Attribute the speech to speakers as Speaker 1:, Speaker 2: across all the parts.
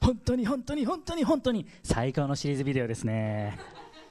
Speaker 1: 本当に本当に本当に本当に最高のシリーズビデオですね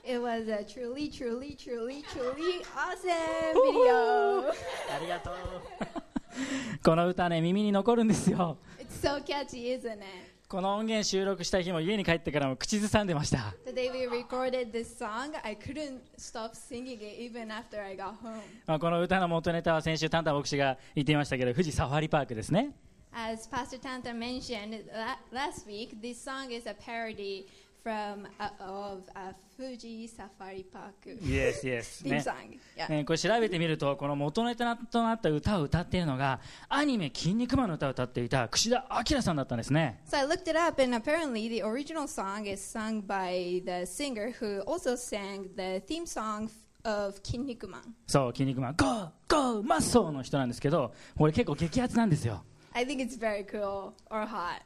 Speaker 2: It was a truly, truly, truly, truly awesome video.
Speaker 1: ありがとう この歌ね耳に残るんですよ
Speaker 2: It's so catchy, isn't it?
Speaker 1: この音源収録した日も家に帰ってからも口ずさんでました
Speaker 2: The day we recorded this song, I couldn't stop singing it even after I got home.
Speaker 1: まあ、この歌の元ネタは先週、タンタ牧師が言っていましたけど、富士サファリパークですね。
Speaker 2: As Pastor Tanta mentioned la- last week, this song is a parody from uh, of uh, Fuji Safari Park
Speaker 1: Yes, yes.
Speaker 2: theme
Speaker 1: ね
Speaker 2: song. Yeah.
Speaker 1: ねこれ調べてみると、この元ネタとなった歌を歌っているのが、アニメ、筋肉マンの歌を歌っていた櫛田明さんだったんですね。
Speaker 2: So I looked it up, and apparently the original song is sung by the singer who also sang the theme song f- of Kinnikuman.
Speaker 1: そう、筋肉マン、ゴー、ゴー、マッソーの人なんですけど、これ結構激アツなんですよ。
Speaker 2: I think it's very cool or hot.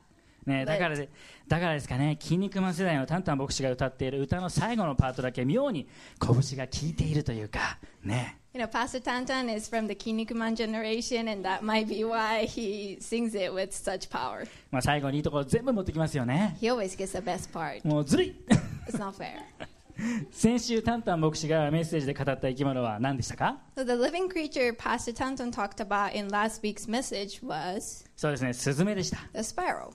Speaker 1: ね、だからでだからですかね、筋肉マン世代のタンタン牧師が歌っている歌の最後のパートだけ、妙に拳が効いているというか、ね。
Speaker 2: You know, Pastor Tantan is from the Kinnikuman generation, and that might be why he sings it with such power.
Speaker 1: まあ、最後にいいところ全部持ってきますよね。
Speaker 2: He always gets the best part.
Speaker 1: もうずるい
Speaker 2: It's not fair.
Speaker 1: 先週タンタン牧師がメッセージで語った生き物は何でしたか
Speaker 2: So the living creature Pastor Tantan talked about in last week's message was
Speaker 1: そうですねスズメでした、
Speaker 2: the sparrow.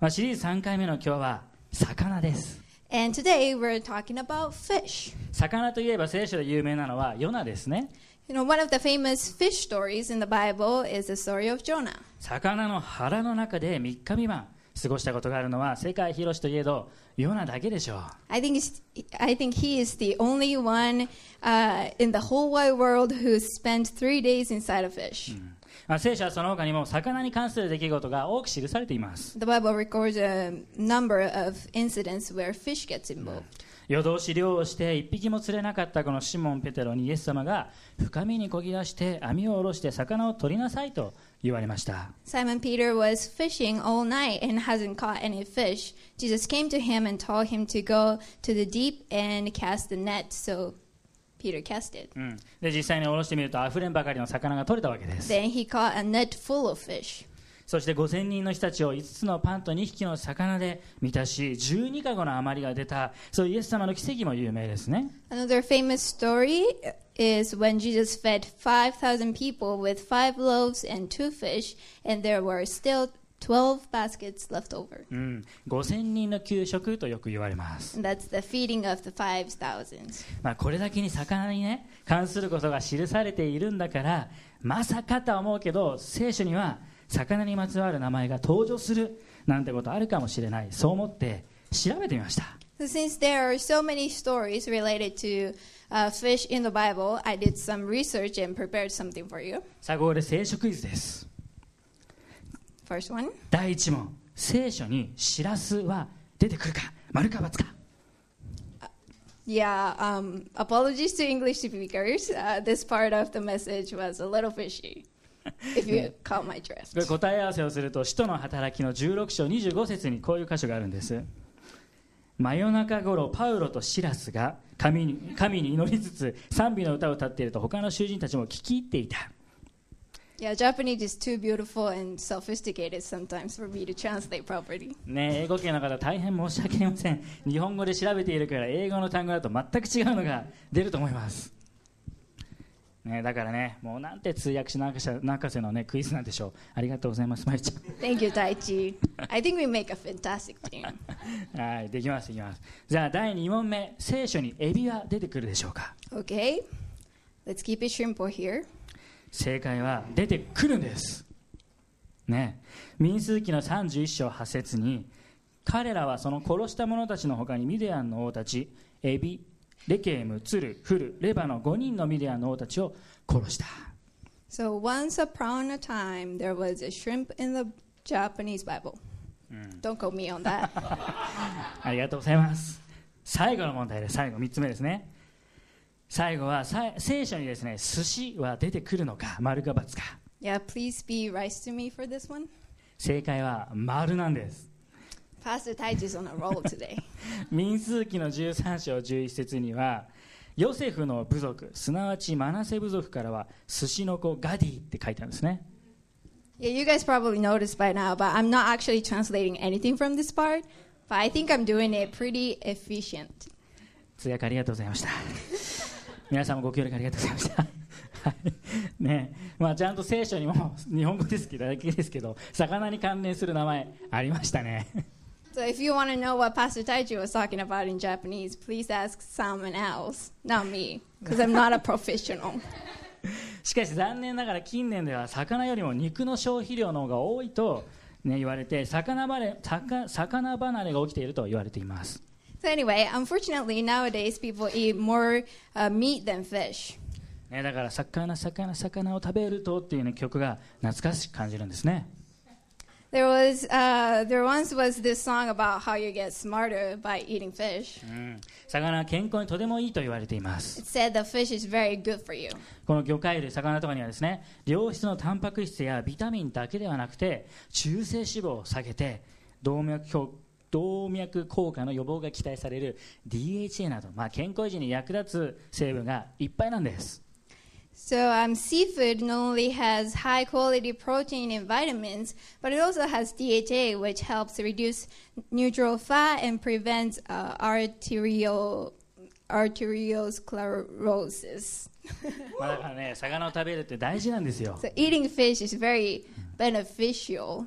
Speaker 1: まあ、シリーズ3回目の今日は魚です
Speaker 2: And today we're talking about fish.
Speaker 1: 魚といえば聖書で有名なのはヨナですね
Speaker 2: You know, one of the famous fish stories in the Bible is the story of Jonah.
Speaker 1: 魚の腹の中で3日未満過ごしたことがあるのは世界広しといえどヨナだけでしょ
Speaker 2: I think, it's, I think he is the only one uh, in the whole wide world who spent three days inside a fish.
Speaker 1: う、まあ、聖書はその他にも魚に関する出来事が多く記されています
Speaker 2: The Bible records a number of incidents where fish gets involved.
Speaker 1: 夜通し漁をして一匹も釣れなかったこのシモン・ペテロにイエス様が深みにこぎ出して網を下ろして魚を取りなさいと言われました
Speaker 2: Simon Peter was fishing all night and hasn't caught any fish. Jesus came to him and told him to go to the deep and cast the net. So Peter cast it.
Speaker 1: うん、で実際に下ろしてみるとあふれんばかりの魚が取れたわけです
Speaker 2: Then he caught a net full of fish.
Speaker 1: そして5000人の人たちを5つのパンと2匹の魚で満たし12カゴの余りが出たそういうイエス様の奇跡も有名ですね
Speaker 2: Another famous story is when Jesus fed 5,000 people with five loaves and two fish, and there were still 12 baskets left over.
Speaker 1: うん5000人の給食とよく言われます、
Speaker 2: And that's the feeding of the 5,000.
Speaker 1: まあ、これだけに魚にね関することが記されているんだからまさかとは思うけど聖書には魚にまつわる名前が登場するなんてことあるかもしれないそう思って調べてみました
Speaker 2: So, since there are so many stories related to uh, fish in the Bible, I did some research and prepared something for you.
Speaker 1: さあここで聖書クイズです
Speaker 2: First one
Speaker 1: 第一問聖書にしらすは出てくるか丸か×か
Speaker 2: Yeah, um, apologies to English speakers. Uh, this part of the message was a little fishy, if you caught my drift.
Speaker 1: これ答え合わせをすると使徒の働きの16章25節にこういう箇所があるんです真夜中頃パウロとシラスが神に神に祈りつつ賛美の歌を歌っていると他の囚人たちも聞き入っていた
Speaker 2: Yeah, Japanese is too beautiful and sophisticated sometimes for me to translate properly.
Speaker 1: ねえ英語圏の方大変申し訳ありません日本語で調べているから英語の単語だと全く違うのが出ると思います、ねえ、だからねもうなんて通訳しな博士のねクイズなんでしょうありがとうございますまゆちゃん
Speaker 2: Thank you, Taichi. I think we make a fantastic team.
Speaker 1: はい、できます、できます。じゃあ、第2問目、聖書にエビは出てくるでしょうか
Speaker 2: Okay, let's keep it simple here.
Speaker 1: 正解は出てくるんです。ね、民数記の31章8節に、彼らはその殺した者たちの他にミディアンの王たち、エビ、レケーム、ツル、フル、レバの5人のミディアンの王たちを殺した。
Speaker 2: So, once upon a time, there was a shrimp in the Japanese Bible. Don't quote me on that.
Speaker 1: ありがとうございます。最後の問題です、最後、3つ目ですね。最後はさ聖書にですね、寿司は出てくるのか、丸か×か。
Speaker 2: yeah, please be nice to me for this one.
Speaker 1: 正解は丸なんです。
Speaker 2: Pastor Taichi's on a roll today.
Speaker 1: 民数記の13章11節にはヨセフの部族すなわちマナセ部族からは寿司の子ガディって書いてあるんですね
Speaker 2: Yeah, you guys probably noticed by now, but I'm not actually translating anything from this part, but I think I'm doing it pretty efficient.
Speaker 1: 通訳ありがとうございました 皆さんもご協力ありがとうございました はいねまあ、ちゃんと聖書にも日本語ですけどだけですけど魚に関連する名前ありましたね
Speaker 2: So if you want to know what Pastor Taiji was talking about in Japanese, please ask someone else, not me, because I'm not a professional.
Speaker 1: しかし残念ながら近年では魚よりも肉の消費量の方が多いと、ね、言われて魚ばれ魚魚離れが起きていると言われています
Speaker 2: So anyway, unfortunately, nowadays people eat more uh, meat than fish.
Speaker 1: ね、だから魚魚魚を食べるとっていう、ね、曲が懐かしく感じるんですね
Speaker 2: There was uh, there once was this song about how you get smarter by eating fish.
Speaker 1: うん魚は健康にとてもいいと言われています
Speaker 2: It said that fish is very good for you.
Speaker 1: この魚介類魚とかにはですね良質のタンパク質やビタミンだけではなくて中性脂肪を下げて動脈硬動脈硬化の予防が期待される DHA など、まあ、健康維持に役立つ成分がいっぱいなんです
Speaker 2: So um, seafood not only has high quality protein and vitamins, but it also has DHA, which helps reduce neutral fat and prevents uh, arterial arteriosclerosis.
Speaker 1: まあだからね魚を食べるって大事なんですよ
Speaker 2: So eating fish is very beneficial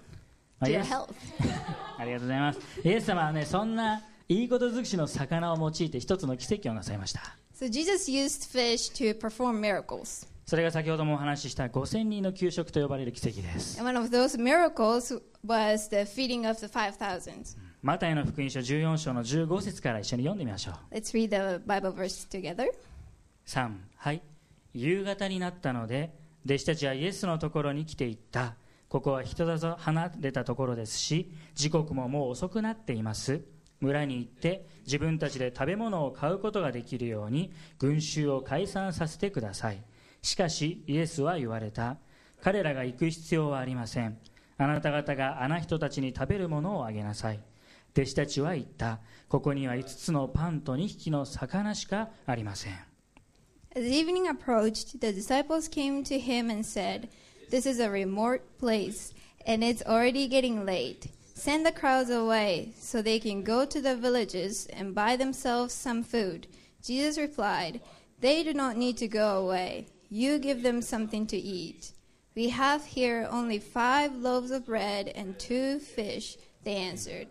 Speaker 1: まあ
Speaker 2: to
Speaker 1: イ
Speaker 2: your
Speaker 1: エス
Speaker 2: health.
Speaker 1: ありがとうございますイエス様はねそんないいこと尽くしの魚を用いて一つの奇跡をなさいました
Speaker 2: So Jesus used fish to perform miracles.
Speaker 1: それが先ほどもお話しした5000人の給食と呼ばれる奇跡です
Speaker 2: And one of those miracles was the feeding of the 5,000.
Speaker 1: マタイの福音書14章の15節から一緒に読んでみましょう
Speaker 2: Let's read the Bible verse together.
Speaker 1: 3はい夕方になったので弟子たちはイエスのところに来ていったここは人里離れたところですし時刻ももう遅くなっています村に行って自分たちで食べ物を買うことができるように群衆を解散させてくださいしかしイエスは言われた彼らが行く必要はありませんあなた方があの人たちに食べるものをあげなさい弟子たちは言ったここには5つのパンと2匹の魚しかありません
Speaker 2: As evening approached, the disciples came to him and said, This is a remote place, and it's already getting late. Send the crowds away so they can go to the villages and buy themselves some food. Jesus replied, They do not need to go away. You give them something to eat. We have here only five loaves of bread and two fish, they answered.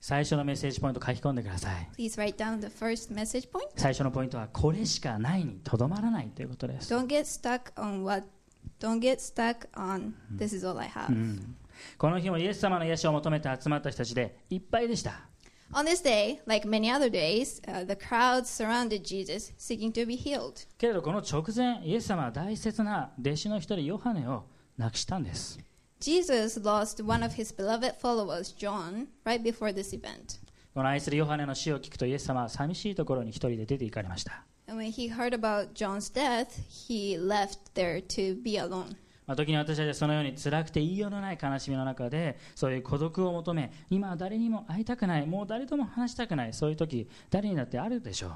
Speaker 1: 最初のメッセージポイント書き込んでください
Speaker 2: Please write down the first message point.
Speaker 1: 最初のポイントはこれしかないにとどまらないということです、
Speaker 2: Don't get stuck on what. Don't get stuck on. This is all I have.
Speaker 1: うんこの日もイエス様の癒しを求めて集まった人たちでいっぱいでした
Speaker 2: On this day, like many other days, uh, the crowd surrounded Jesus, seeking to be healed.
Speaker 1: けれどこの直前イエス様は大切な弟子の一人ヨハネを亡くしたんです
Speaker 2: Jesus lost one of his beloved followers, John, right before this event.
Speaker 1: この愛するヨハネの死を聞くとイエス様は寂しいところに一人で出て行かれました
Speaker 2: And when he heard about John's death, he left there to be alone.
Speaker 1: まあ、時に私たちはそのように辛くて言いようのない悲しみの中でそういう孤独を求め今は誰にも会いたくないもう誰とも話したくないそういう時誰にだってあるでしょう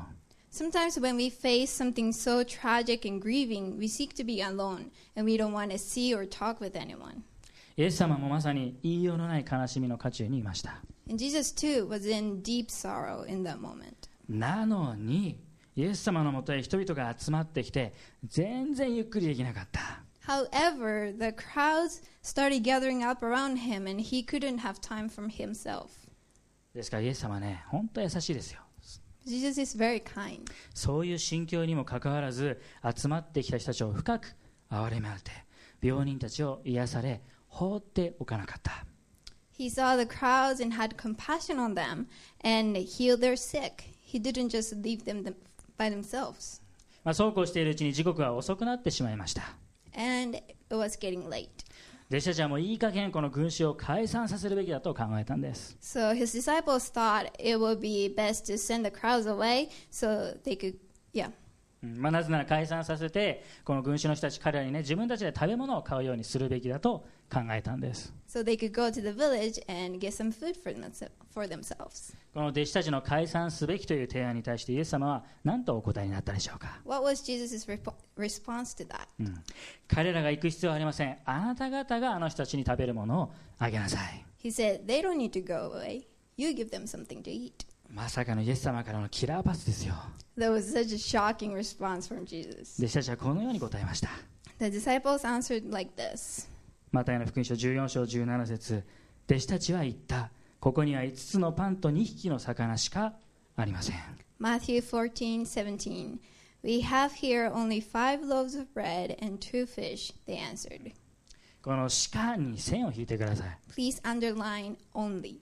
Speaker 2: Sometimes when we face something so tragic and grieving, we seek to be alone and we don't want to see or talk with anyone.
Speaker 1: イエス様もまさに言いようのない悲しみの渦中にいました
Speaker 2: And Jesus too was in deep sorrow in that moment.
Speaker 1: なのにイエス様のもとへ人々が集まってきて全然ゆっくりできなかった
Speaker 2: However, the crowds started gathering up around him, and he couldn't have time for himself.
Speaker 1: ですからイエス様はね本当優しいですよ
Speaker 2: Jesus is very kind.
Speaker 1: そういう心境にもかかわらず集まってきた人たちを深く憐れまれて病人たちを癒され放っておかなかった
Speaker 2: He saw the crowds and had compassion on them and healed their sick. He didn't just leave them th- by themselves.
Speaker 1: まあ、そうこうしているうちに時刻は遅くなってしまいました
Speaker 2: And it was getting late.
Speaker 1: 弟子たちはもういい加減この群衆を解散させるべきだと考えたんです
Speaker 2: So his disciples thought it would be best to send the crowds away so they could, yeah.
Speaker 1: うんまあ、なぜなら解散させてこの群衆の人たち彼らにね自分たちで食べ物を買うようにするべきだと考えたんです
Speaker 2: so they could go to the village and get some food for, themse- for themselves.
Speaker 1: この弟子たちの解散すべきという提案に対してイエス様は何とお答えになったでしょうか、
Speaker 2: What was Jesus' repo response to that?
Speaker 1: うん彼らが行く必要はありませんあなた方があの人たちに食べるものをあげなさい
Speaker 2: He said, They don't need to go away. You give them something to eat.
Speaker 1: まさかのイエス様からのキラーパスですよ
Speaker 2: That was such a shocking response from Jesus.
Speaker 1: 弟子たちはこのように答えました
Speaker 2: The disciples answered like this
Speaker 1: マタイの福音書14章17節弟子たちは言ったここには5つのパンと2匹の魚しかありません
Speaker 2: Matthew 14, 17. We have here only five loaves of bread and two fish, they answered.
Speaker 1: この鹿に線を引いてください
Speaker 2: Please underline only.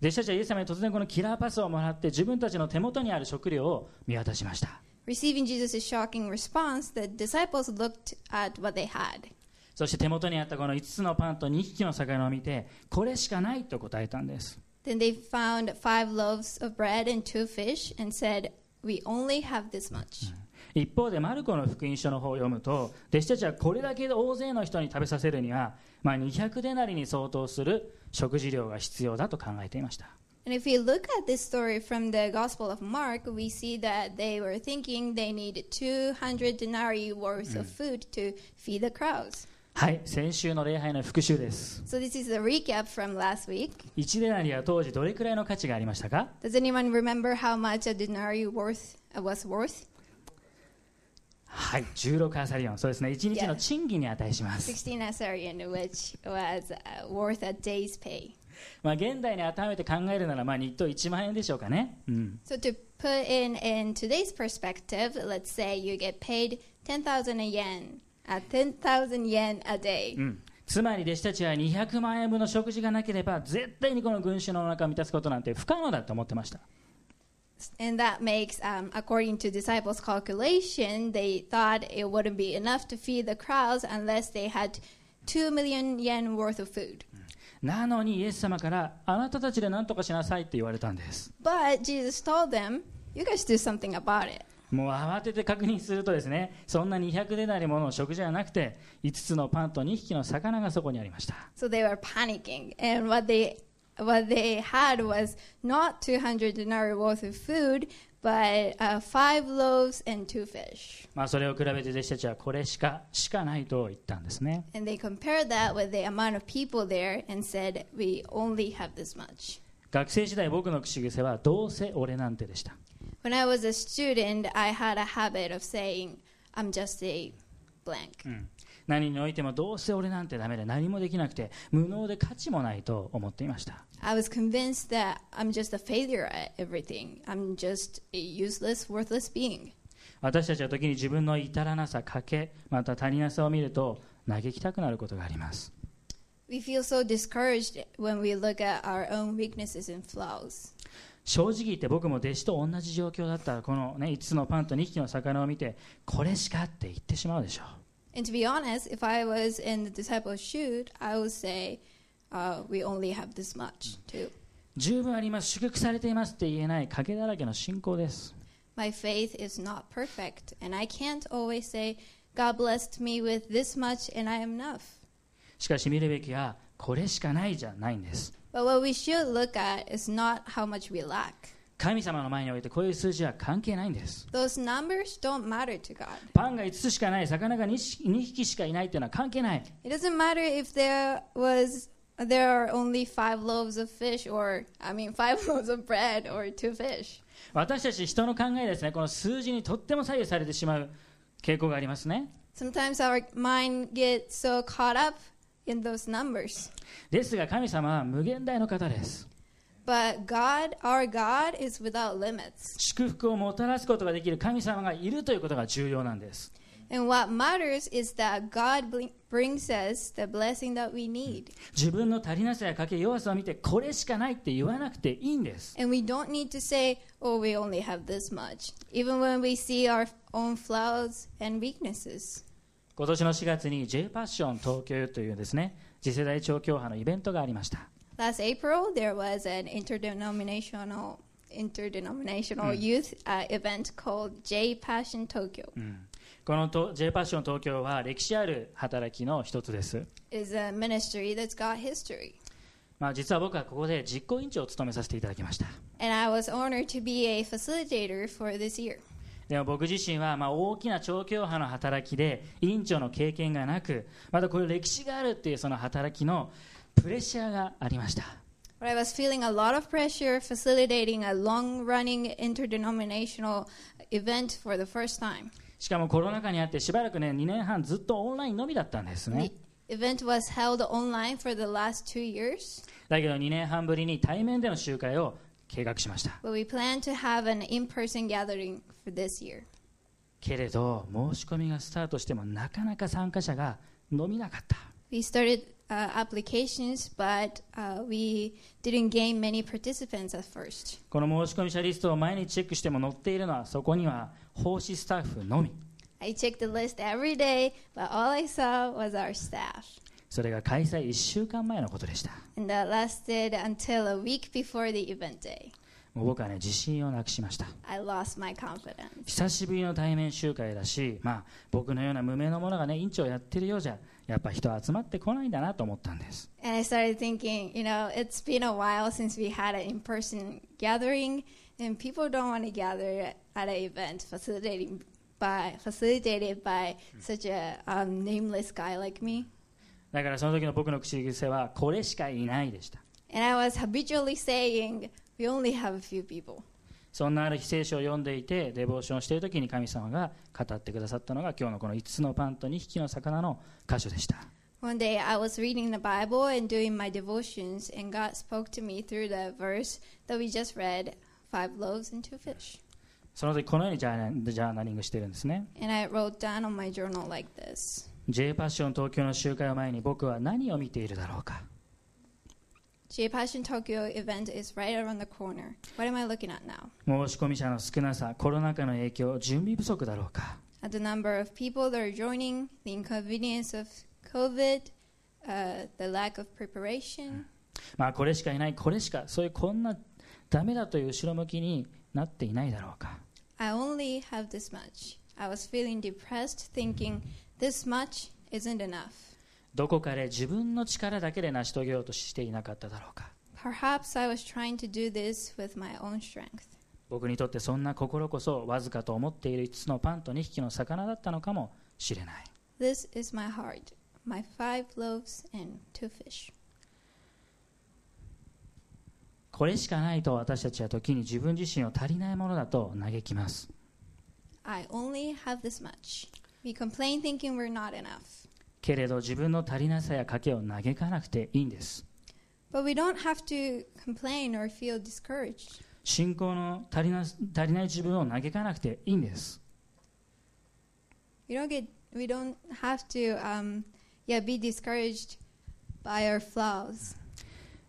Speaker 1: 弟子たちはイエス様に突然このキラーパスをもらって自分たちの手元にある食料を見渡しました
Speaker 2: Receiving Jesus' shocking response, the disciples looked at what they had.
Speaker 1: そして手元にあったこの5つのパンと2匹の魚を見てこれしかないと答えたんです
Speaker 2: Then they found five loaves of bread and two fish and said, We only have this much.
Speaker 1: 一方でマルコの福音書の方を読むと弟子たちはこれだけ大勢の人に食べさせるには、まあ、200デナリに相当する食事量が必要だと考えていました
Speaker 2: And if we look at this story from the Gospel of Mark, we see that they were thinking they needed 200 denarii worth of food to feed the crowds.
Speaker 1: はい先週の礼拝の復習です
Speaker 2: So this is a recap from last week.
Speaker 1: 1デナリは当時どれくらいの価値がありましたか
Speaker 2: Does anyone remember how much a denarii worth uh, was worth?
Speaker 1: はい16アサリオンそうですね1日の賃金に値します、
Speaker 2: 16 Assyrian, which was uh, worth a day's pay.
Speaker 1: まあ、現代に改めて考えるなら、まあ、日当1万円でしょうかね、うん、
Speaker 2: So to put in in today's perspective, let's say you get paid 10,000 yen, uh, 10,000 yen a day.
Speaker 1: うん、つまり弟子たちは200万円分の食事がなければ絶対にこの群衆のお腹を満たすことなんて不可能だと思ってました
Speaker 2: And that makes, um, according to disciples' calculation, they thought it wouldn't be enough to feed the crowds unless they had 2 million yen worth of food.
Speaker 1: なのにイエス様からあなたたちで何とかしなさいって言われたんです
Speaker 2: But Jesus told them, you guys do something about it.
Speaker 1: もう慌てて確認するとですねそんな200でなりもの食事じゃなくて5つのパンと2匹の魚がそこにありました
Speaker 2: So they were panicking. And what they, what they had was not 200 denarii worth of food, but uh, five loaves and two fish.
Speaker 1: まあそれを比べて弟子たちはこれしかしかないと言ったんですね
Speaker 2: And they compared that with the amount of people there and said, we only have this much.
Speaker 1: 学生時代僕の口癖はどうせ俺なんてでした
Speaker 2: When I was a student, I had a habit of saying, I'm just a blank.
Speaker 1: 何においてもどうせ俺なんてダメで何もできなくて無能で価値もないと思っていました
Speaker 2: I was convinced that I'm just a failure at everything. I'm just a useless, worthless being.
Speaker 1: 私たちは時に自分の至らなさ欠けまた足りなさを見ると嘆きたくなることがあります
Speaker 2: We feel so discouraged when we look at our own weaknesses and flaws.
Speaker 1: 正直言って僕も弟子と同じ状況だったらこの、ね、5つのパンと2匹の魚を見てこれしかって言ってしまうでしょう
Speaker 2: And to be honest, if I was in the disciples' shoes, I would say, uh, we only have this much, too.
Speaker 1: 十分あります祝福されていますって言えない賭けだらけの信仰です
Speaker 2: My faith is not perfect, and I can't always say, God blessed me with this much and I am enough.
Speaker 1: しかし見るべきはこれしかないじゃないんです
Speaker 2: But what we should look at is not how much we lack.
Speaker 1: 神様の前においてこういう数字は関係ないんです
Speaker 2: Those numbers don't matter to God.
Speaker 1: パンが5つしかない魚が 2, 匹しかいないっていうのは関係ない
Speaker 2: It doesn't matter if there was there are only 5 loaves of fish or I mean 5 loaves of bread or 2 fish.
Speaker 1: 私たち人の考えですねこの数字にとっても左右されてしまう傾向がありますね
Speaker 2: Sometimes our mind gets so caught up in those numbers.
Speaker 1: ですが神様は無限大の方です
Speaker 2: But God, our God is without limits.
Speaker 1: 祝福をもたらすことができる神様がいるということが重要なんです
Speaker 2: And what matters is that God bl- brings us the blessing that we need.
Speaker 1: 自分の足りなさや賭け弱さを見てこれしかないって言わなくていいんです
Speaker 2: And we don't need to say, oh, we only have this much, even when we see our own flaws and weaknesses.
Speaker 1: 今年の4月に J パッション東京というですね次世代超教派のイベントがありました
Speaker 2: Last April, there was an interdenominational interdenominational youth uh, event called J Passion Tokyo.
Speaker 1: このと J パッション東京は歴史ある働きの一つです、
Speaker 2: It's a ministry that's got history.
Speaker 1: まあ、実は僕はここで実行委員長を務めさせていただきました
Speaker 2: And I was honored to be a facilitator for this year.
Speaker 1: でも僕自身はまあ大きな超教派の働きで委員長の経験がなくまたこういう歴史があるっていうその働きのプレッシャーがありました
Speaker 2: But I was feeling a lot of pressure facilitating a long running interdenominational event for the first time.
Speaker 1: しかもコロナ禍にあってしばらくね2年半ずっとオンラインのみだったんですね
Speaker 2: The event was held online for the last two years,
Speaker 1: だけど2年半ぶりに対面での集会を計画しました
Speaker 2: but we plan to have an in person gathering for this year.
Speaker 1: けれど申し込みがスタートしてもなかなか参加者が伸びなかった
Speaker 2: We started uh, applications, but uh, we didn't gain many participants at first.
Speaker 1: この申し込み者リストを毎日チェックしても載っているのはそこには奉仕スタッフのみ
Speaker 2: I checked the list every day, but all I saw was our staff.
Speaker 1: それが開催1週間前のことでした
Speaker 2: And that lasted until a week before the event day.
Speaker 1: もう僕はね自信をなくしました
Speaker 2: I lost my confidence.
Speaker 1: 久しぶりの対面集会だし、まあ、僕のような無名の者がね委員長やってるようじゃやっぱ人集まってこないんだなと思ったんです
Speaker 2: And I started thinking, you know, it's been a while since we had an in person gathering, and people don't want to gather at an event facilitating by, facilitated by such a um, nameless guy like me.
Speaker 1: だからその時の僕の口癖はこれしかいないでした
Speaker 2: And I was habitually saying, we only have a few people.
Speaker 1: そんなある日聖書を読んでいてデボーションをしている時に神様が語ってくださったのが今日のこの5つのパンと2匹の魚の箇所でした
Speaker 2: One day I was reading the Bible and doing my devotions, and God spoke to me through the verse that we just read five loaves and two fish.
Speaker 1: その時このようにジャーナジャーナリングしてるんですね
Speaker 2: And I wrote down on my journal like this
Speaker 1: J パッション東京の集会を前に僕は何を見ているだろうか
Speaker 2: J Passion Tokyo event is right around the corner. What am I looking at now?
Speaker 1: 申し込み者の少なさコロナ禍の影響準備不足だろうか
Speaker 2: At the number of people that are joining, the inconvenience of COVID, uh, the lack of preparation.
Speaker 1: まあこれしかいないこれしかそういうこんなダメだという後ろ向きになっていないだろうか
Speaker 2: I only have this much. I was feeling depressed, thinking this much isn't enough.
Speaker 1: どこかで自分の力だけで成し遂げようとしていなかっただろうか
Speaker 2: Perhaps I was trying to do this with my own strength.
Speaker 1: 僕にとってそんな心こそわずかと思っている5つのパンと2匹の魚だったのかもしれない
Speaker 2: This is my heart, my five loaves and two fish.
Speaker 1: これしかないと私たちは時に自分自身を足りないものだと嘆きます
Speaker 2: I only have this much. We complain thinking we're not enough.
Speaker 1: けれど自分の足りなさや賭けを嘆かなくていいんです
Speaker 2: But we don't have to complain or feel discouraged.
Speaker 1: 信仰の足りな足りない自分を嘆かなくていいんです
Speaker 2: We don't get we don't have to um, yeah be discouraged by our flaws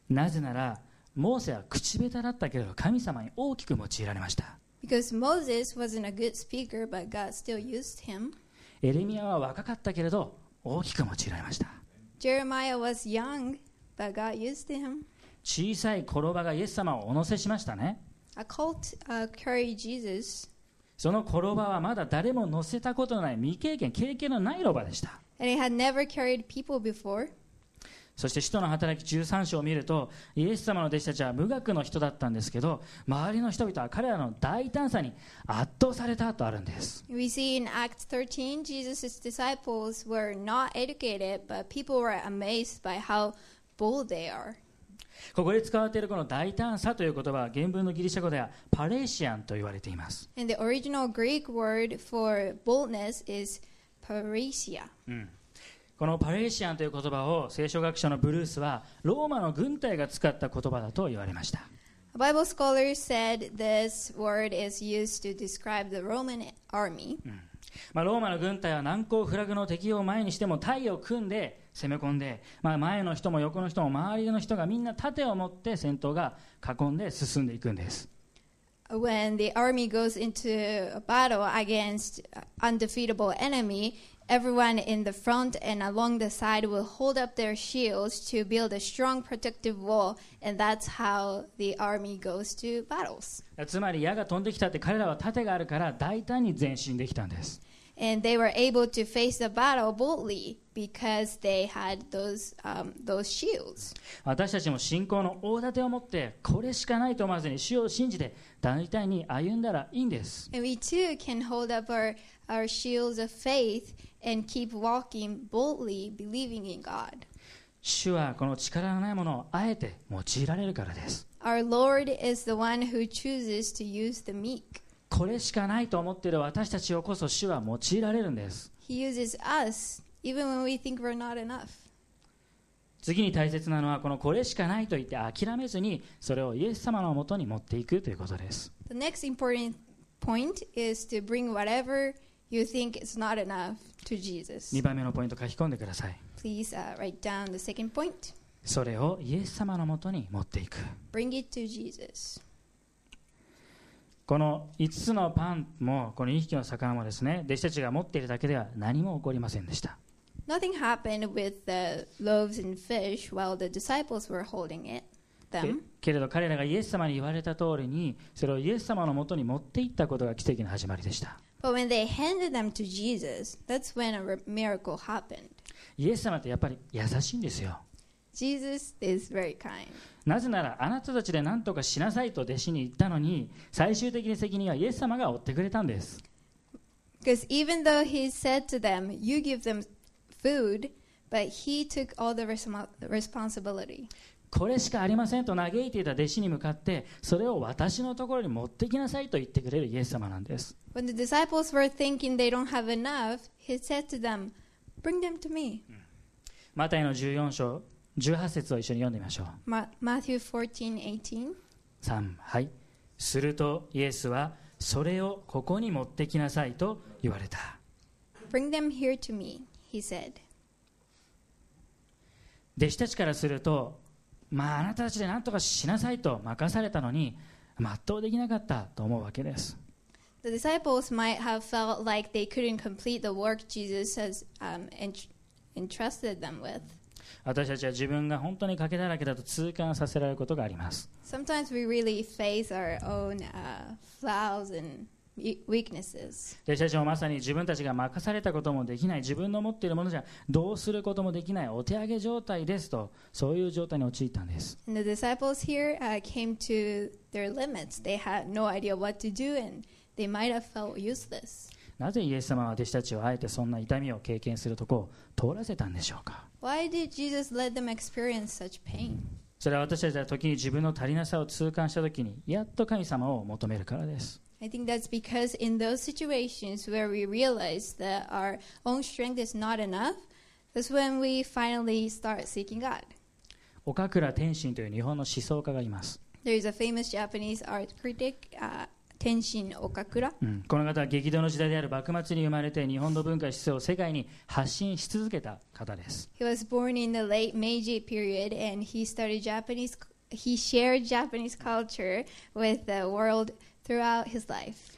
Speaker 1: なぜならモーセは口下手だったけれど神様に大きく用いられました
Speaker 2: because Moses wasn't a good speaker but God still used him.
Speaker 1: エレミアは若かったけれど大きく用いられました
Speaker 2: Jeremiah was young but God used him.
Speaker 1: 小さい転ばがイエス様をお乗せしましたね
Speaker 2: A cult uh, carried Jesus
Speaker 1: その転ばはまだ誰も乗せたことのない未経験経験のないロバでした
Speaker 2: and it had never carried people before.
Speaker 1: そして使徒の働き13章を見るとイエス様の弟子たちは無学の人だったんですけど周りの人々は彼らの大胆さに圧倒されたとあるんです
Speaker 2: We see in Acts 13, Jesus' disciples were not educated, but people were amazed by how bold they are.
Speaker 1: ここで使われているこの大胆さという言葉は原文のギリシャ語ではパレーシアンと言われています
Speaker 2: And the original Greek word for boldness is paresia.
Speaker 1: このパレーシアンという言葉を聖書学者のブルースはローマの軍隊が使った言葉だと言われました
Speaker 2: A Bible scholar said this word is used to describe the Roman army.
Speaker 1: まあ、ローマの軍隊は難攻不落の敵を前にしても隊を組んで攻め込んで、まあ、前の人も横の人も周りの人がみんな盾を持って戦闘が囲んで進んでいくんです
Speaker 2: When the army goes into a battle against undefeatable enemy, Everyone in the front and along the side will hold up their shields to build a strong protective wall, and that's how the army goes to battles.
Speaker 1: つまり矢が飛んできたって彼らは盾があるから大胆に前進できたんです
Speaker 2: And they were able to face the battle boldly because they had those um, those shields.
Speaker 1: 私たちも信仰の大盾を持ってこれしかないと思わずに主を信じて大胆に歩んだらいいんです
Speaker 2: And we too can hold up our, our shields of faith and keep walking boldly, believing in God.
Speaker 1: 主はこの力のないものをあえて用いられるからです
Speaker 2: Our Lord is the one who chooses to use the meek.
Speaker 1: これしかないと思っている私たちをこそ主は用いられるんです
Speaker 2: He uses us even when we think we're not enough.
Speaker 1: 次に大切なのはこのこれしかないと言って諦めずにそれをイエス様のもとに持っていくということです
Speaker 2: The next important point is to bring whatever you think is not enough to Jesus.
Speaker 1: 2番目のポイント書き込んでください
Speaker 2: Please uh, write down the second point.
Speaker 1: それをイエス様のもとに持っていく
Speaker 2: Bring it to Jesus.
Speaker 1: この5つのパンもこの2匹の魚もですね弟子たちが持っているだけでは何も起こりませんでした
Speaker 2: Nothing happened with the loaves and fish while the disciples were holding it.
Speaker 1: け
Speaker 2: Them.
Speaker 1: けれど彼らがイエス様に言われた通りにそれをイエス様のもとに持っていったことが奇跡の始まりでした
Speaker 2: But when they handed them to Jesus, that's when a re- miracle happened.
Speaker 1: イエス様ってやっぱり優しいんですよ
Speaker 2: Jesus is very kind.
Speaker 1: なぜならあなたたちで何とかしなさいと弟子に言ったのに最終的に責任はイエス様が負ってくれたんです
Speaker 2: Because even though he said to them, You give them food, but he took all the resmo- responsibility.
Speaker 1: これしかありませんと嘆いていた弟子に向かってそれを私のところに持ってきなさいと言ってくれるイエス様なんです
Speaker 2: When the disciples were thinking they don't have enough, he said to them, Bring them to me.
Speaker 1: マタイの14章18節を一緒に読んでみましょう
Speaker 2: Ma- Matthew 14, 18.
Speaker 1: 3はいするとイエスはそれをここに持ってきなさいと言われた
Speaker 2: Bring them here to me, he said.
Speaker 1: 弟子たちからするとまああなたたちで何とかしなさいと任されたのに全うできなかったと思うわけです
Speaker 2: The disciples might have felt like they couldn't complete the work Jesus has um, ent- entrusted them with.
Speaker 1: 私たちは自分が本当に賭けだらけだと痛感させられることがあります
Speaker 2: Sometimes we really face our own uh, flaws and we- weaknesses.
Speaker 1: 弟子たちもまさに自分たちが任されたこともできない自分の持っているものじゃどうすることもできないお手上げ状態ですとそういう状態に陥ったんです
Speaker 2: And the disciples here uh, came to their limits. They had no idea what to do and they might have felt useless.
Speaker 1: なぜイエス様は弟子たちをあえてそんな痛みを経験するとこを通らせたんでしょうか
Speaker 2: Why did Jesus let them experience such pain?
Speaker 1: それは私たちは時に自分の足りなさを痛感した時にやっと神様を求めるからです
Speaker 2: I think that's because in those situations where we realize that our own strength is not enough, that's when we finally start seeking God.
Speaker 1: 岡倉天心という日本の思想家がいます、
Speaker 2: There is a famous Japanese art critic, uh, Tenshin Okakura.
Speaker 1: うんこの方は激動の時代である幕末に生まれて日本の文化思想を世界に発信し続けた方です
Speaker 2: He was born in the late Meiji period, and he studied Japanese. He shared Japanese culture with the world throughout his life.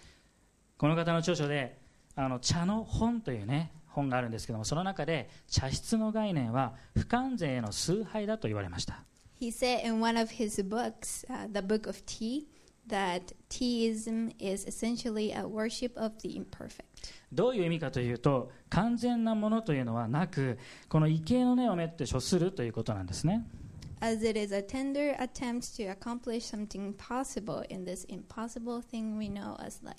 Speaker 1: この方の著書であの茶の本というね本があるんですけどもその中で茶室の概念は不完全への崇拝だと言われました
Speaker 2: He said in one of his books, uh, the Book of Tea, that teaism is essentially a worship of the imperfect.
Speaker 1: どういう意味かというと完全なものというのはなくこの畏敬の念をめって処するということなんですね
Speaker 2: As it is a tender attempt to accomplish something possible in this impossible thing we know as life.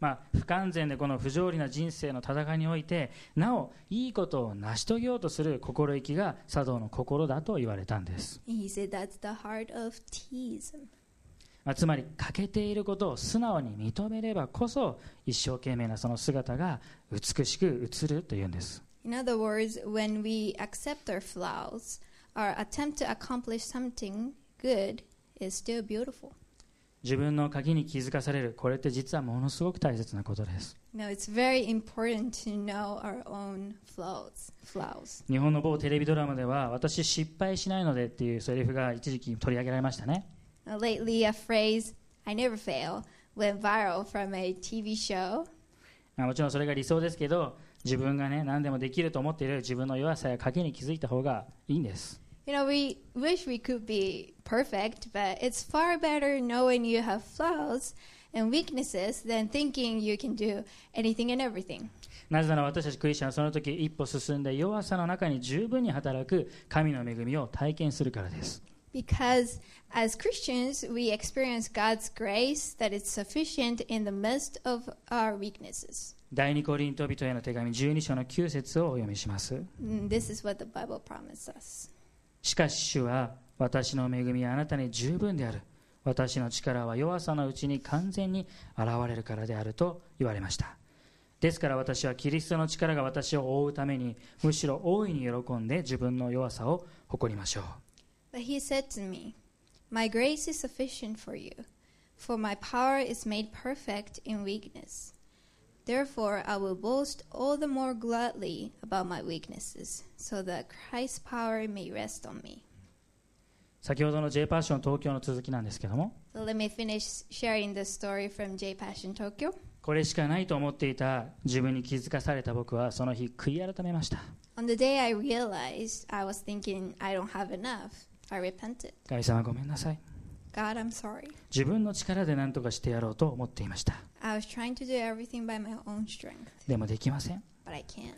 Speaker 1: まあ、不完全でこの不条理な人生の戦いにおいてなおいいことを成し遂げようとする心意気が茶道の心だと言われたんです、
Speaker 2: And he said that's the heart of teaism.
Speaker 1: まあ、つまり欠けていることを素直に認めればこそ一生懸命なその姿が美しく映るというんです
Speaker 2: In other words, when we accept our flaws, our attempt to accomplish something good is still beautiful.
Speaker 1: 自分の鍵に気づかされるこれって実はものすごく大切なことです
Speaker 2: Now, it's very important to know our own flaws. Flaws.
Speaker 1: 日本の某テレビドラマでは私失敗しないのでっていうセリフが一時期取り上げられましたね
Speaker 2: Now, lately, a phrase "I never fail" went viral from a TV show.
Speaker 1: まあもちろんそれが理想ですけど自分がね何でもできると思っている自分の弱さや賭けに気づいた方がいいんです
Speaker 2: You know, we wish we could be perfect, but it's far better knowing you have flaws and weaknesses than thinking you can do anything and everything.
Speaker 1: なぜなら私たちクリスチャンはその時一歩進んで弱さの中に十分に働く神の恵みを体験するからです
Speaker 2: Because as Christians, we experience God's grace that is sufficient in the midst of our weaknesses.
Speaker 1: 第2コリント人への手紙12章の9節をお読みします
Speaker 2: Mm, This is what the Bible promises us.
Speaker 1: しかし主は私の恵みはあなたに十分である私の力は弱さのうちに完全に現れるからであると言われましたですから私はキリストの力が私を覆うためにむしろ大いに喜んで自分の弱さを誇りましょう
Speaker 2: But he said to me, My grace is sufficient for you, for my power is made perfect in weakness. Therefore, I will boast all the more gladly about my weaknesses, so that Christ's power may rest on me.
Speaker 1: 先ほどの J パッション東京の続きなんですけども
Speaker 2: So let me finish sharing the story from J Passion Tokyo.
Speaker 1: これしかないと思っていた自分に気づかされた僕はその日悔い改めました
Speaker 2: On the day I realized I was thinking I don't have enough, I repented.
Speaker 1: 神様ごめんなさい
Speaker 2: God, I'm sorry.
Speaker 1: 自分の力で何とかしてやろうと思っていました
Speaker 2: I was trying to do everything by my own strength,
Speaker 1: でもできません
Speaker 2: but I can't.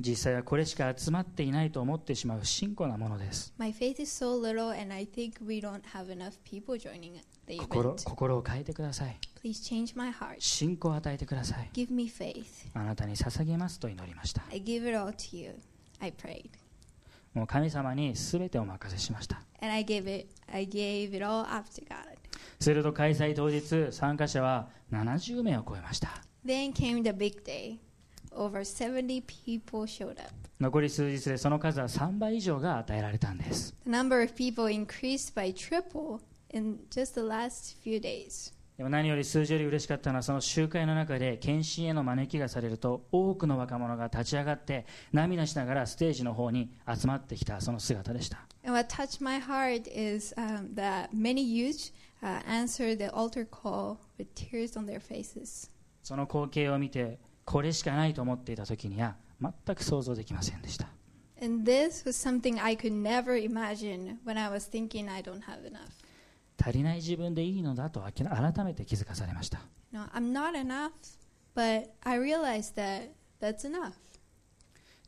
Speaker 1: 実際はこれしか集まっていないと思ってしまう信仰なものです
Speaker 2: My faith is so little, and I think we don't have enough people joining the
Speaker 1: 心
Speaker 2: event.
Speaker 1: 心を変えてください
Speaker 2: Please change my heart.
Speaker 1: 信仰を与えてください
Speaker 2: Give me faith.
Speaker 1: あなたに捧げますと祈りました
Speaker 2: I give it all to you. I prayed,
Speaker 1: もう神様に全てお任せしました
Speaker 2: and I gave it. I gave it all up to God.
Speaker 1: すると開催当日参加者は70名を超えました
Speaker 2: Then came the big day. Over 70 people showed up.
Speaker 1: 残り数日でその数は3倍以上が与えられたんです
Speaker 2: The number of people increased by triple in just the last few days.
Speaker 1: でも何より数字より嬉しかったのはその集会の中で献身への招きがされると多くの若者が立ち上がって涙しながらステージの方に集まってきたその姿でした
Speaker 2: And what touched my heart is um, that many youth uh, answered the altar call with tears on their faces.
Speaker 1: その光景を見てこれしかないと思っていた時には全く想像できませんでした
Speaker 2: And this was something I could never imagine when I was thinking I don't have enough.
Speaker 1: 足りない自分でいいのだとあき改めて気づかされました
Speaker 2: No, I'm not enough, but I realized that that's enough.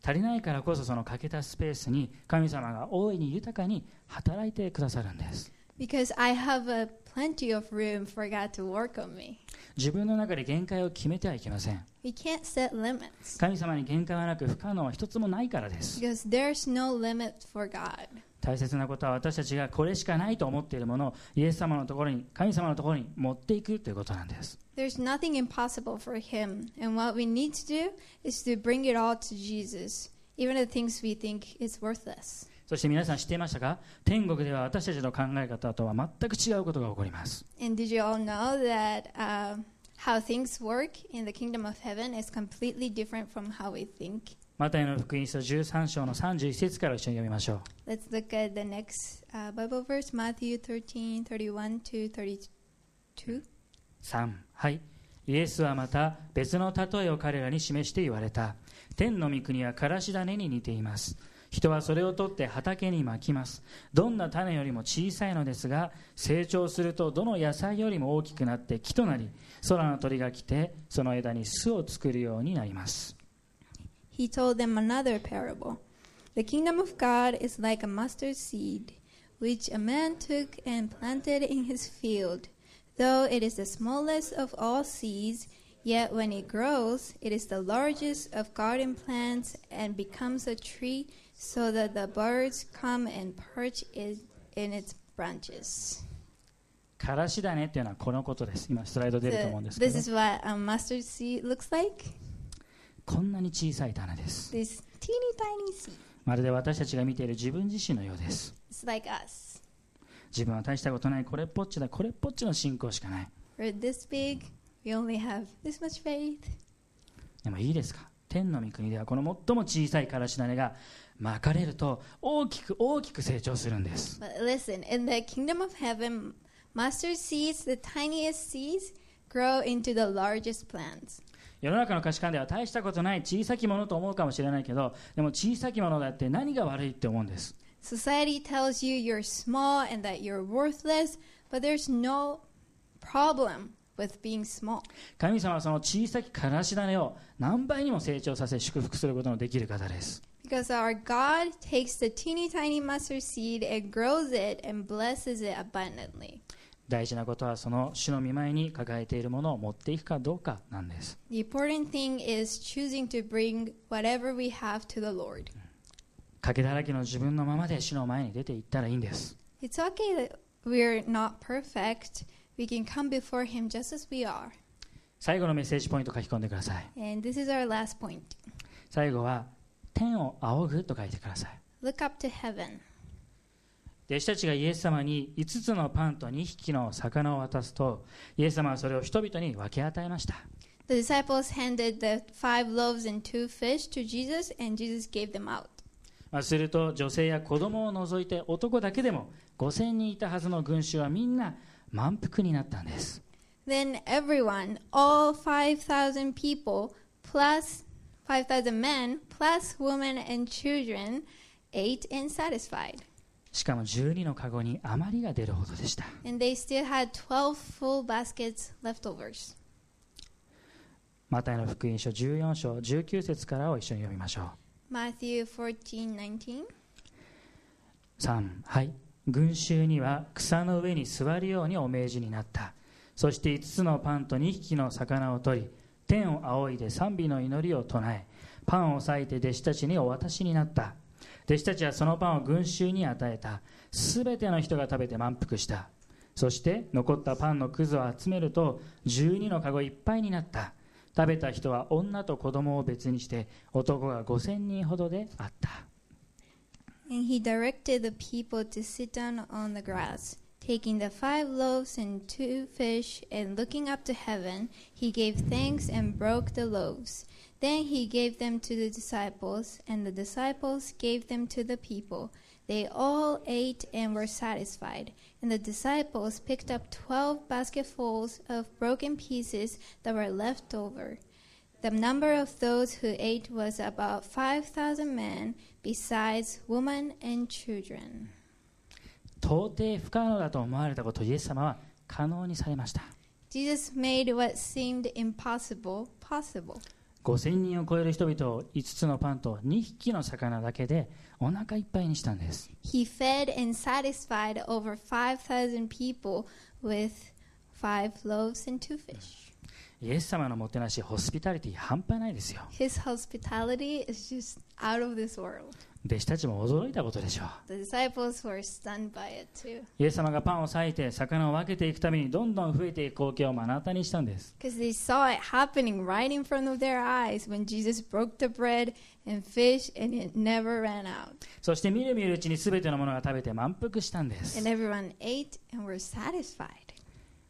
Speaker 1: 足りないからこそその欠けたスペースに神様が大いに豊かに働いてくださるんです
Speaker 2: Because I have a plenty of room for God to work on me.
Speaker 1: 自分の中で限界を決めてはいけません
Speaker 2: We can't set limits
Speaker 1: 神様に限界はなく不可能は一つもないからです
Speaker 2: because there's no limit for God.
Speaker 1: 大切なことは私たちがこれしかないと思っているものをイエス様のところに神様のところに持っていくということなんです
Speaker 2: There's nothing impossible for Him. And what we need to do is to bring it all to Jesus, even the things we think is worthless.
Speaker 1: そして皆さん知っていましたか天国では私たちの考え方とは全く違うことが起こります
Speaker 2: And did you all know that um how things work in the kingdom of heaven is completely different from how we think?
Speaker 1: マタイの福音書13章の31節から一緒に読みましょう
Speaker 2: Let's look at the next uh, Bible verse, Matthew 13, 31 to 32.
Speaker 1: 3はいイエスはまた別の例えを彼らに示して言われた天の御国はからし種に似ています人はそれを取って畑にまきますどんな種よりも小さいのですが成長するとどの野菜よりも大きくなって木となり空の鳥が来てその枝に巣を作るようになります
Speaker 2: He told them another parable. The kingdom of God is like a mustard seed, which a man took and planted in his field. Though it is the smallest of all seeds, yet when it grows, it is the largest of garden plants and becomes a tree, so that the birds come and perch in, in its branches.
Speaker 1: からし種っていうのはこのことです今スライド出ると思うんです
Speaker 2: So
Speaker 1: け
Speaker 2: this
Speaker 1: ど
Speaker 2: is what a mustard seed looks like
Speaker 1: こんなに小さい種です
Speaker 2: this teeny tiny seed.
Speaker 1: まるで私たちが見ている自分自身のようです
Speaker 2: It's like us.
Speaker 1: 自分は大したことないこれっぽっちだこれっぽっちの信仰しかない
Speaker 2: We're this big. We only have this much faith.
Speaker 1: でもいいですか天の御国ではこの最も小さいからし種がまかれると大きく大きく成長するんです
Speaker 2: But listen, in the kingdom of heaven, mustard seeds, the tiniest seeds, grow into the largest plants.
Speaker 1: 世の中の価値観では大したことない小さきものと思うかもしれないけどでも小さきものだって何が悪いって思うんです
Speaker 2: Society tells you you're small and that you're worthless, but there's no problem with being small.
Speaker 1: 神様はその小さきからし種を何倍にも成長させ祝福することのできる方です
Speaker 2: Because our God takes the teeny tiny mustard seed and grows it and blesses it abundantly.
Speaker 1: 大事なことはその主の見舞いに抱えているものを持っていくかどうかなんです
Speaker 2: The important thing is choosing to bring whatever we have to the Lord.
Speaker 1: 賭けだらけの自分のままで主の前に出ていったらいいんです
Speaker 2: It's okay that we're not perfect. We can come before Him just as we are.
Speaker 1: 最後のメッセージポイント書き込んでください
Speaker 2: And this is our last point.
Speaker 1: 最後は天を仰ぐと書いてください
Speaker 2: Look up to heaven.
Speaker 1: 弟子たちがイエス様に5つのパンと2匹の魚を渡すとイエス様はそれを人々に分け与えました
Speaker 2: The disciples handed the five loaves and two fish to Jesus, and Jesus gave them out.
Speaker 1: まあすると女性や子供を除いて男だけでも5000人いたはずの群衆はみんな満腹になったんです
Speaker 2: Then everyone, all 5,000 people, plus 5,000 men, plus women and children, ate and satisfied.
Speaker 1: しかも12のカゴに余りが出るほどでした
Speaker 2: And they still had 12 full baskets leftovers.
Speaker 1: マタイの福音書14章19節からを一緒に読みましょう
Speaker 2: Matthew 14 19.
Speaker 1: 3はい群衆には草の上に座るようにお命じになったそして5つのパンと2匹の魚を取り天を仰いで賛美の祈りを唱えパンを裂いて弟子たちにお渡しになった弟子たちはそのパンを群衆に与えたすべての人が食べて満腹したそして残ったパンのくずを集めると12のカゴいっぱいになった食べた人は女と子供を別にして男が5000人ほどであった
Speaker 2: And he directed the people to sit down on the grass. Taking the five loaves and two fish, and looking up to heaven, he gave thanks and broke the loaves. Then he gave them to the disciples, and the disciples gave them to the people. They all ate and were satisfied. And the disciples picked up twelve basketfuls of broken pieces that were left over. The number of those who ate was about 5,000 men, besides women and children.
Speaker 1: 到底不可能だと思われたことをイエス様は可能にされました
Speaker 2: Jesus made what seemed impossible possible.
Speaker 1: 5000人を超える人々を5つのパンと2匹の魚だけでお腹いっぱいにしたんです
Speaker 2: He fed and satisfied over 5,000 people with five loaves and two fish.
Speaker 1: イエス様のもてなしホスピタリティ半端ないですよ
Speaker 2: His hospitality is just out of this world.
Speaker 1: 弟子たちも驚いたことでしょ
Speaker 2: The disciples were stunned by it too.
Speaker 1: うイエス様がパンを裂いて魚を分けていくためにどんどん増えていく光景を目の当たりにしたんです
Speaker 2: Because they saw it happening right in front of their eyes when Jesus broke the bread and fish and it never ran out.
Speaker 1: そしてみるみるうちに全てのものが食べて満腹したんです
Speaker 2: And everyone ate and were satisfied.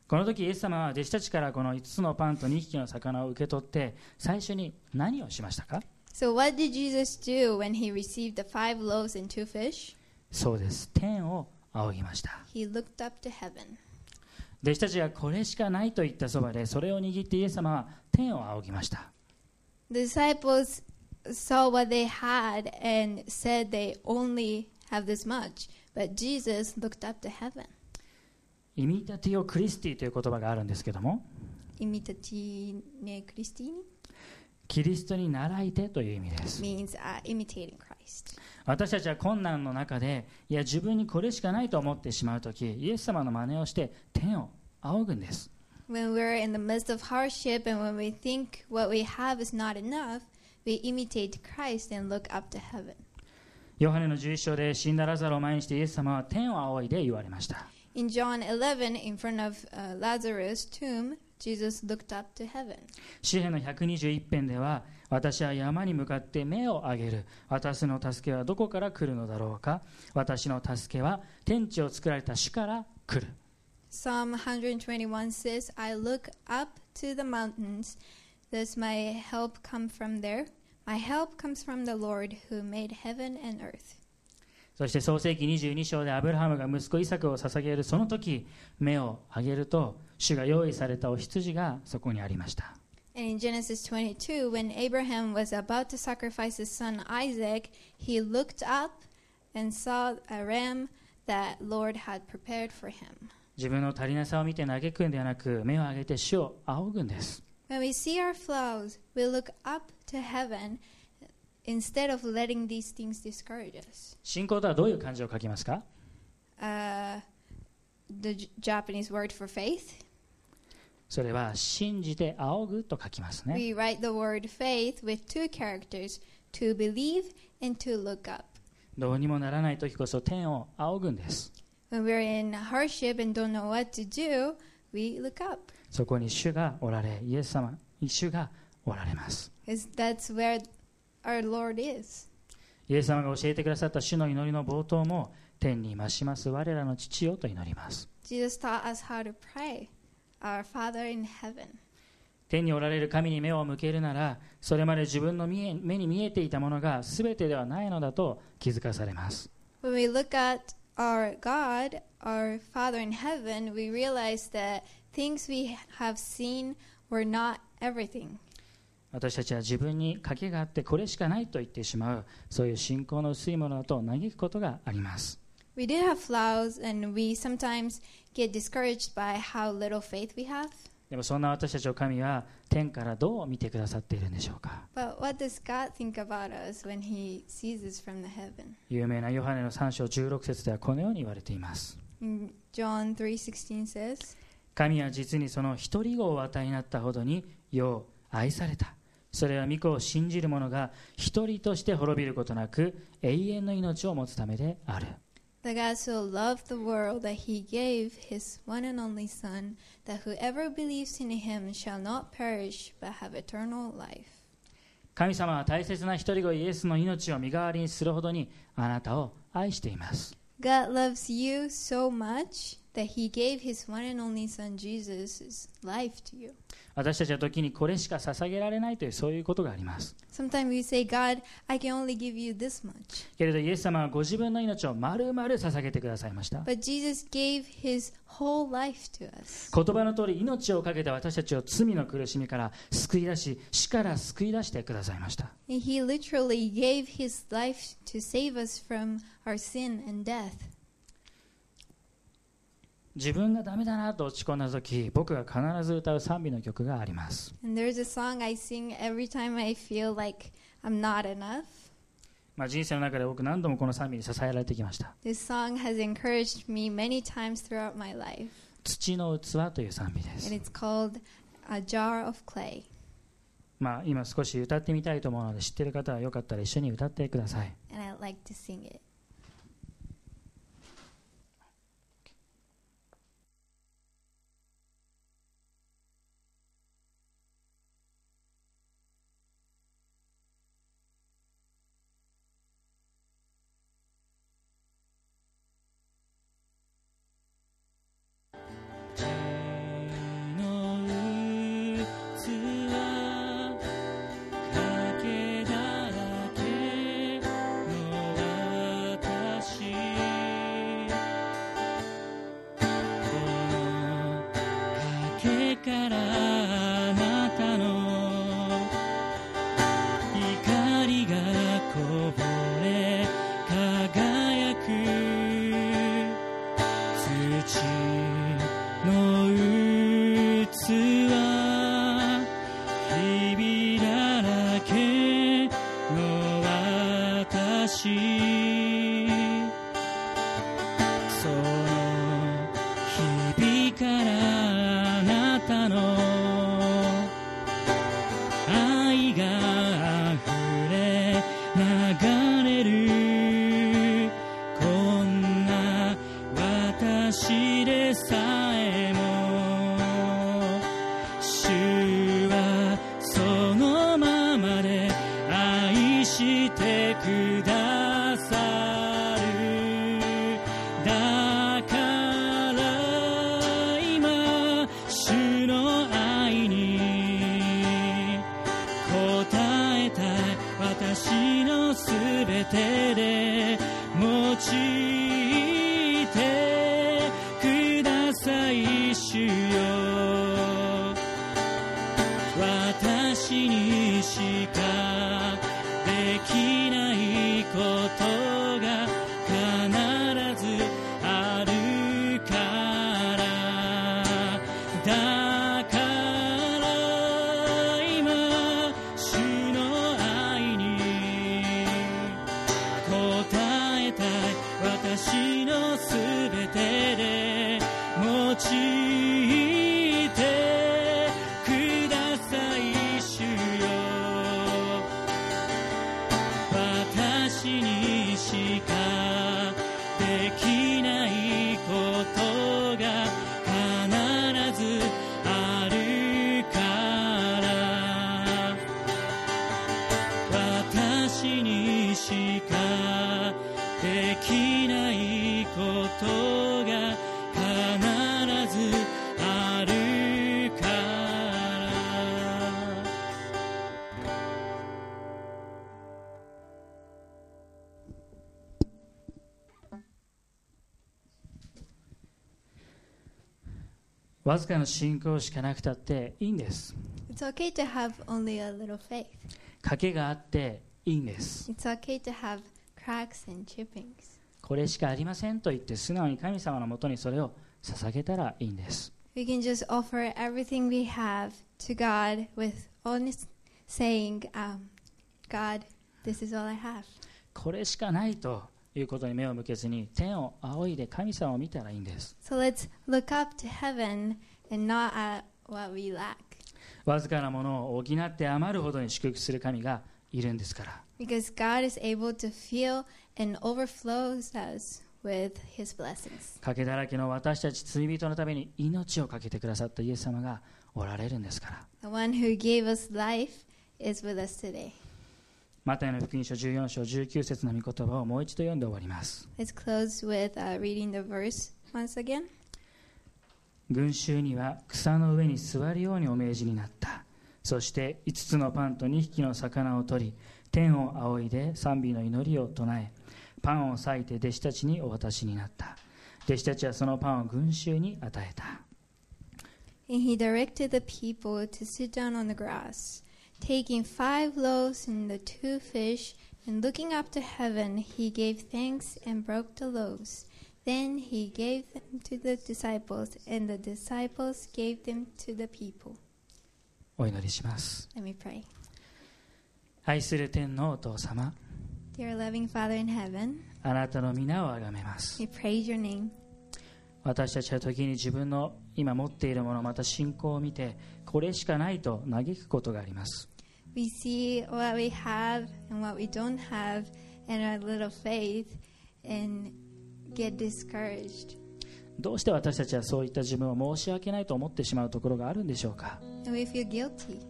Speaker 1: この時イエス様は弟子たちからこの5つのパンと2匹の魚を受け取って最初に何をしましたか
Speaker 2: So, what did Jesus do when he received the five loaves and two fish?
Speaker 1: そうです天を仰ぎました
Speaker 2: He looked up to heaven.
Speaker 1: 弟子たちがこれしかないと言ったそばでそれを握ってイエス様は天を仰ぎました
Speaker 2: The disciples saw what they had and said they only have this much. But Jesus looked up to heaven.
Speaker 1: イミタティオ・クリスティという言葉があるんですけども
Speaker 2: Imitatine Christini
Speaker 1: キリストに習いてという意味です
Speaker 2: means uh, imitating Christ.
Speaker 1: 私たちは困難の中でいや自分にこれしかないと思ってしまう時イエス様の真似をして天を仰ぐんです
Speaker 2: When we're in the midst of hardship and when we think what we have is not enough, we imitate Christ and look up to heaven.
Speaker 1: ヨハネの11章で死んだラザロを前にしてイエス様は天を仰いで言われました
Speaker 2: In John 11, in front of uh, Lazarus' tomb, Jesus looked up to heaven.
Speaker 1: 詩篇の121編では私は山に向かって目を上げる私の助けはどこから来るのだろうか私の助けは天地を作られた主から来る
Speaker 2: Psalm 121 says, I look up to the mountains. Does my help come from there? My help comes from the Lord who made heaven and earth.
Speaker 1: そして創世紀22章でアブラハムが息子イサクを捧げるその時目を上げると主が用意されたお羊がそこにありました
Speaker 2: And in Genesis 22, when Abraham was about to sacrifice his son Isaac, he looked up and saw a ram that Lord had prepared for him.
Speaker 1: 自分の足りなさを見て嘆くんではなく目を上げて主を仰ぐんです
Speaker 2: When we see our flaws, we look up to heaven instead of letting these things discourage us.
Speaker 1: 信仰とはどういう漢字を書きますか
Speaker 2: Uh, the J- Japanese word for faith,
Speaker 1: それは信じて仰ぐと書きますね
Speaker 2: we write the word faith with two characters to believe and to look up.
Speaker 1: どうにもならない時こそ天を仰ぐんです
Speaker 2: When we're in hardship and don't know what to do, we look up.
Speaker 1: そこに主がおられイエス様主がおられます
Speaker 2: Because that's where our Lord is.
Speaker 1: イエス様が教えてくださった主の祈りの冒頭も天に増します我らの父よと祈ります
Speaker 2: Jesus taught us how to pray. Our Father in heaven.
Speaker 1: 天におられる神に目を向けるならそれまで自分の見え目に見えていたものが全てではないのだと気づかされます
Speaker 2: When we look at our God, our Father in heaven, we realize that things we have seen were not everything.
Speaker 1: 私たちは自分に賭けがあってこれしかないと言ってしまうそういう信仰の薄いものだと嘆くことがあります
Speaker 2: We do have flaws, and we sometimes get discouraged by how little faith we have.
Speaker 1: でもそんな私たちを神は天からどう見てくださっているんでしょうか
Speaker 2: But what does God think about us when He sees us from the heaven?
Speaker 1: 有名なヨハネの3章16節ではこのように言われています
Speaker 2: Mm, John 3:16 says,
Speaker 1: 神は実にその一人子をお与えになったほどによう愛されたそれは御子を信じる者が一人として滅びることなく永遠の命を持つためである
Speaker 2: "That God so loved the world that he gave his one and only son, that whoever believes in him shall not perish but have eternal life."
Speaker 1: 神様は大切な一人子イエスの命を身代わりにするほどにあなたを愛しています
Speaker 2: God loves you so much that he gave his one and only son Jesus' life to you.
Speaker 1: 私たちは時にこれしか捧げられないというそういうことがあります
Speaker 2: Sometimes we say, "God, I can only give you this much."
Speaker 1: けれどイエス様はご自分の命を丸々捧げてくださいました
Speaker 2: But Jesus gave his whole life to us.
Speaker 1: 言葉の通り命を懸けて私たちを罪の苦しみから救い出し死から救い出してくださいました
Speaker 2: And he literally gave his life to save us from our sin and death.
Speaker 1: 自分がダメだなと落ち込んだ時僕が必ず歌う賛美の曲があります
Speaker 2: And there's a song I sing every time I feel like I'm not enough.
Speaker 1: まあ人生の中で僕何度もこの賛美に支えられてきました
Speaker 2: This song has encouraged me many times throughout my life,
Speaker 1: 土の器という賛美で
Speaker 2: and
Speaker 1: す
Speaker 2: it's called A Jar of Clay.
Speaker 1: まあ今少し歌ってみたいと思うので知ってる方はよかったら一緒に歌ってください
Speaker 2: And I like to sing it.
Speaker 3: 血の器かけだらけの私このかけからあなたの怒りがこぼれ輝く土の器ひびだらけの私そのひびからあなたの愛が溢れ流れるこんな私でさえも主はそのままで愛してくださるだから今主の愛に答えた私のすべてで用いてください主よ私いてください主よ私にしかできないことが必ずあるから私にしかできないことが必ずあるから
Speaker 1: わずかな信仰しかなくたっていいんです
Speaker 2: It's okay to have only a little faith.
Speaker 1: 賭けがあっていいんです
Speaker 2: It's okay to have cracks and chippings.
Speaker 1: これしかありませんと言って素直に神様のもとにそれを捧げたらいいんです
Speaker 2: We can just offer everything we have to God with honest saying, um, God, this is all I have.
Speaker 1: これしかないということに目を向けずに天を仰いで神様を見たらいいんです
Speaker 2: So let's look up to heaven and not at what we lack.
Speaker 1: わずかなものを補って余るほどに祝福する神がいるんですから
Speaker 2: Because God is able to fill and overflows us with his blessings.
Speaker 1: 賭けだらけの私たち罪人のために命を懸けてくださったイエス様がおられるんですから
Speaker 2: The one who gave us life is with us today.
Speaker 1: マタイの福音書14章19節の御言葉をもう一度読んで終わります
Speaker 2: Let's close with uh, reading the verse once again.
Speaker 1: 群衆には草の上に座るようにお命じになったそして5つのパンと2匹の魚を取り天を仰いで賛美の祈りを唱えパンを裂いて弟子たちにお渡しになった弟子たちはそのパンを群衆に与えた
Speaker 2: And he directed the people to sit down on the grass. Taking five loaves and the two fish, and looking up to heaven, he gave thanks and broke the loaves. Then he gave them to the disciples, and the disciples gave them to the people.
Speaker 1: お祈りします
Speaker 2: Let me pray.
Speaker 1: 愛する天のお父様
Speaker 2: Dear loving Father in heaven,
Speaker 1: あなたの皆をあがめます。
Speaker 2: we praise your name.
Speaker 1: 私たちは時に自分の今持っているもの、また信仰を見て、これしかないと嘆くことがあります。
Speaker 2: We see what we have and what we don't have, and our little faith, and get discouraged.
Speaker 1: どうして私たちはそういった自分を申し訳ないと思ってしまうところがあるんでしょうか
Speaker 2: And we feel guilty.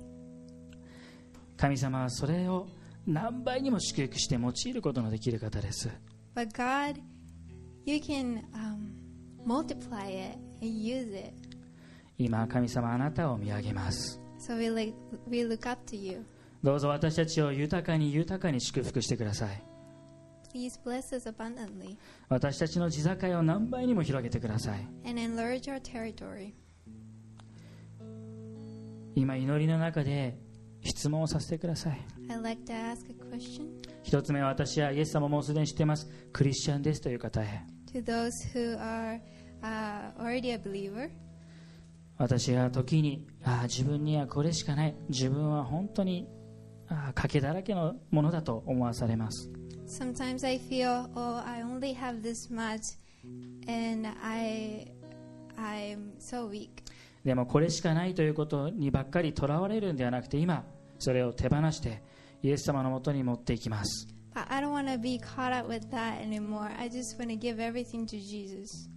Speaker 1: 神様はそれを何倍にも祝福して用いることのできる方です。
Speaker 2: But God, you can um, multiply it and use it.
Speaker 1: 今、神様あなたを見上げます。
Speaker 2: So we, like, we look up to you.
Speaker 1: どうぞ私たちを豊かに豊かに祝福してください。
Speaker 2: Please bless us abundantly
Speaker 1: 私たちの地境を何倍にも広げてください。
Speaker 2: and enlarge our territory.
Speaker 1: 今、祈りの中で質問をさせてください。
Speaker 2: I'd like to ask a question
Speaker 1: 一つ目は私はイエス様をもうすでに知っていますクリスチャンですという方へ
Speaker 2: to those who are uh, already a believer.
Speaker 1: 私は時にああ自分にはこれしかない自分は本当にああ賭けだらけのものだと思わされます
Speaker 2: Sometimes I feel, oh, I only have this much, and I, I'm so weak.
Speaker 1: でもこれしかないということにばっかりとらわれるんではなくて今それを手放してイエス様のもとに持っていきます
Speaker 2: But I don't want to be caught up with that anymore. I just want to give everything to Jesus.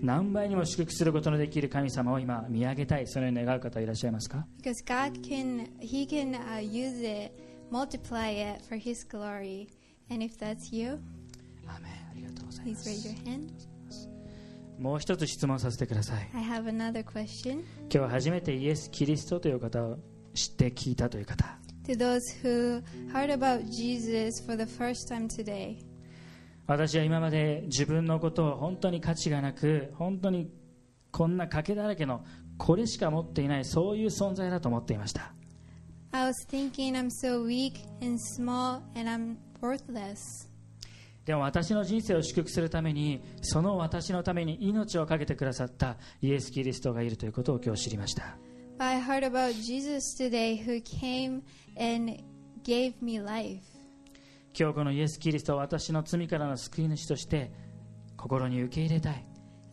Speaker 1: 何倍にも祝福することのできる神様を今見上げたいそのように願う方いらっしゃいますか
Speaker 2: Because God can, He can uh, use it, multiply it for His glory. And if that's
Speaker 1: ア
Speaker 2: you,
Speaker 1: ーメンありがとうございま
Speaker 2: please raise
Speaker 1: す
Speaker 2: your hand.
Speaker 1: もう一つ質問させてください
Speaker 2: I have another question
Speaker 1: 今日初めてイエス・キリストという方を知って聞いたという方
Speaker 2: to those who heard about Jesus for the first time today.
Speaker 1: 私は今まで自分のことを本当に価値がなく本当にこんな賭けだらけのこれしか持っていないそういう存在だと思っていました
Speaker 2: I was thinking I'm so weak and small and I'm worthless.
Speaker 1: でも私の人生を祝福するためにその私のために命を懸けてくださったイエス・キリストがいるということを今日知りました
Speaker 2: But I heard about Jesus today who came and gave me life.
Speaker 1: 今日このイエス・キリストを私の罪からの救い主として心に受け入れたい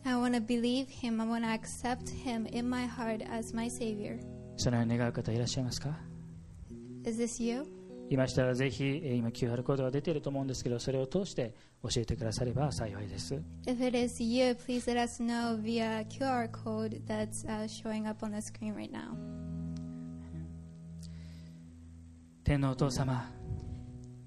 Speaker 2: I want to believe him. I want to accept him in my heart as my Savior.
Speaker 1: そのように願う方いらっしゃいますか
Speaker 2: Is this you?
Speaker 1: いましたらぜひえー今 QR コードが出ていると思うんですけどそれを通して教えてくだされば幸いです
Speaker 2: If it is you, please let us know via QR code that's uh, showing up on the screen right now.
Speaker 1: 天皇お父様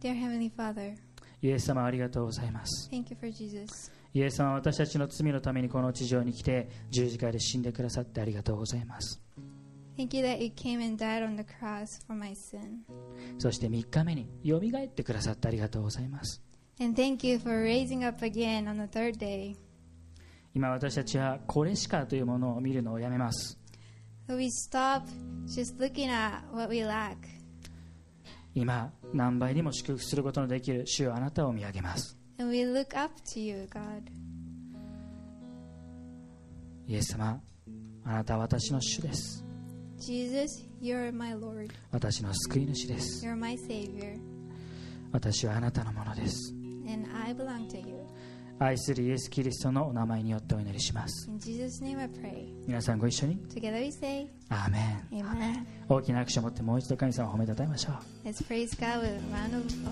Speaker 2: Dear Heavenly Father,
Speaker 1: イエス様ありがとうございます
Speaker 2: thank you for Jesus.
Speaker 1: イエス様は私たちの罪のためにこの地上に来て十字架で死んでくださってありがとうございます
Speaker 2: Thank you that you came and died on the cross for my sin.
Speaker 1: そして3日目によみがえってくださってありがとうございます
Speaker 2: And thank you for raising up again on the third day.
Speaker 1: 今私たちはこれしかというものを見るのをやめます
Speaker 2: So we stop just looking at what we lack.
Speaker 1: 今何倍にも祝福することのできる主よあなたを見上げます
Speaker 2: And we look up to you, God.
Speaker 1: イエス様あなたは私の主です
Speaker 2: Jesus, you're my Lord.
Speaker 1: 私の救い主です
Speaker 2: You're my Savior.
Speaker 1: 私はあなたのものです
Speaker 2: And I belong to you.
Speaker 1: 愛するイエス・キリストのお名前によってお祈りします。
Speaker 2: In Jesus' name I pray.
Speaker 1: 皆さんご一緒に、
Speaker 2: Together we say,
Speaker 1: アーメン。
Speaker 2: Amen.
Speaker 1: 大きな拍手を持ってもう一度神様を褒めたたえましょう。
Speaker 2: Let's praise God with a round of